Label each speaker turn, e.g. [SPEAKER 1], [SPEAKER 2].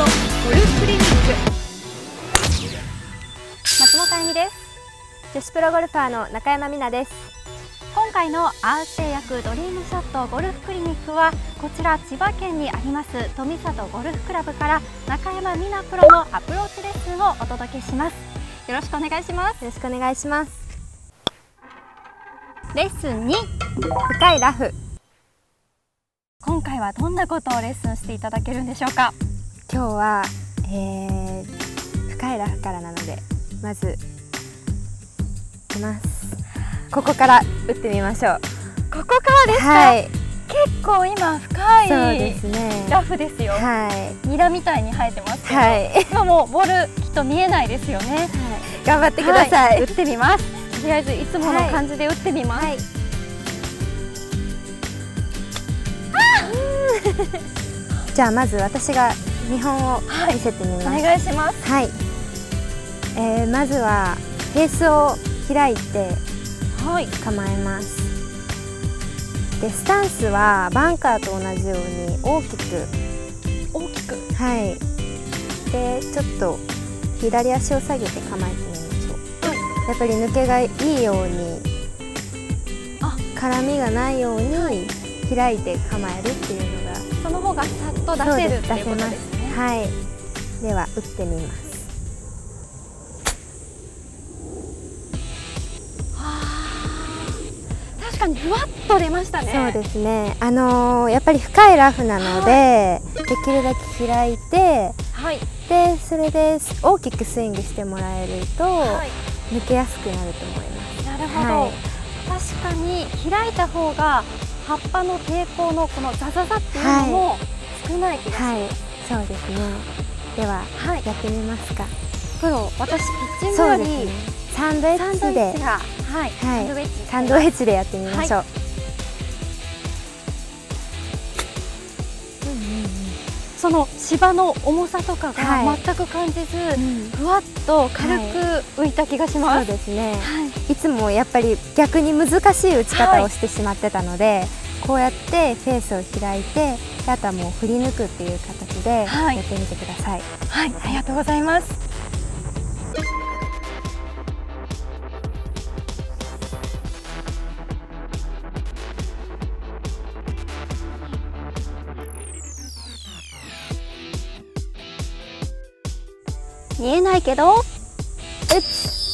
[SPEAKER 1] クリニック松本あゆみです
[SPEAKER 2] 女子プロゴルファーの中山美奈です
[SPEAKER 1] 今回のアース製薬ドリームショットゴルフクリニックはこちら千葉県にあります富里ゴルフクラブから中山美奈プロのアプローチレッスンをお届けしますよろしくお願いします
[SPEAKER 2] よろしくお願いします
[SPEAKER 1] レッスン2
[SPEAKER 2] 深いラフ
[SPEAKER 1] 今回はどんなことをレッスンしていただけるんでしょうか
[SPEAKER 2] 今日は、えー、深いラフからなのでまずいきますここから打ってみましょう
[SPEAKER 1] ここからですか、
[SPEAKER 2] はい
[SPEAKER 1] 結構今深い
[SPEAKER 2] そうですね
[SPEAKER 1] ラフですよ、
[SPEAKER 2] は
[SPEAKER 1] ニラみたいに生えてますけ
[SPEAKER 2] い
[SPEAKER 1] ど、
[SPEAKER 2] はい
[SPEAKER 1] 今もうボールきっと見えないですよね
[SPEAKER 2] 頑張ってくださ
[SPEAKER 1] はい打ってみますとりあえずいつもの感じで打ってみます、
[SPEAKER 2] はいじゃあまず私が見本を見せてみます、
[SPEAKER 1] お願いします
[SPEAKER 2] はい、えー、まずはフェースを開いて
[SPEAKER 1] はい
[SPEAKER 2] 構えますでスタンスはバンカーと同じように大きく
[SPEAKER 1] 大きく
[SPEAKER 2] はいでちょっと左足を下げて構えてみましょう、やっぱり抜けがいいように
[SPEAKER 1] あ
[SPEAKER 2] 絡みがないように開いて構えるっていうのが
[SPEAKER 1] その方がさっと出せるっていうことですね
[SPEAKER 2] はいでは打ってみます
[SPEAKER 1] 確かにふわっと出ましたね
[SPEAKER 2] そうですね。あのーやっぱり深いラフなので、できるだけ開いて、
[SPEAKER 1] はい、
[SPEAKER 2] でそれで大きくスイングしてもらえると、
[SPEAKER 1] はい
[SPEAKER 2] 抜けやすくなると思います。
[SPEAKER 1] なるほど、
[SPEAKER 2] はい
[SPEAKER 1] 確かに開いた方が葉っぱの抵抗のこのザザザっていうのも少ない気がします、
[SPEAKER 2] はい、そうですね。では、
[SPEAKER 1] はい
[SPEAKER 2] やってみますか。
[SPEAKER 1] プロ私ピッチング
[SPEAKER 2] そう
[SPEAKER 1] よ
[SPEAKER 2] です
[SPEAKER 1] り
[SPEAKER 2] ね。サンドイ
[SPEAKER 1] サ
[SPEAKER 2] ッ
[SPEAKER 1] ンドイ
[SPEAKER 2] チ
[SPEAKER 1] ッ
[SPEAKER 2] で
[SPEAKER 1] チ、がはい、サンドイッ
[SPEAKER 2] は
[SPEAKER 1] チ
[SPEAKER 2] サンドイッチでやってみましょう。
[SPEAKER 1] その芝の重さとか
[SPEAKER 2] は
[SPEAKER 1] が
[SPEAKER 2] い
[SPEAKER 1] 全く感じず、
[SPEAKER 2] うん
[SPEAKER 1] ふわっと軽く浮いた気がし
[SPEAKER 2] そ
[SPEAKER 1] ま
[SPEAKER 2] う
[SPEAKER 1] す、
[SPEAKER 2] ですね。
[SPEAKER 1] はい
[SPEAKER 2] いつもやっぱり逆に難しい打ち方をしてしまってたので、こうやってフェースを開いてであとはもう振り抜くっていう形でや
[SPEAKER 1] はい
[SPEAKER 2] ってみてください、
[SPEAKER 1] はい、ありがとうございます。見えないけど、
[SPEAKER 2] うち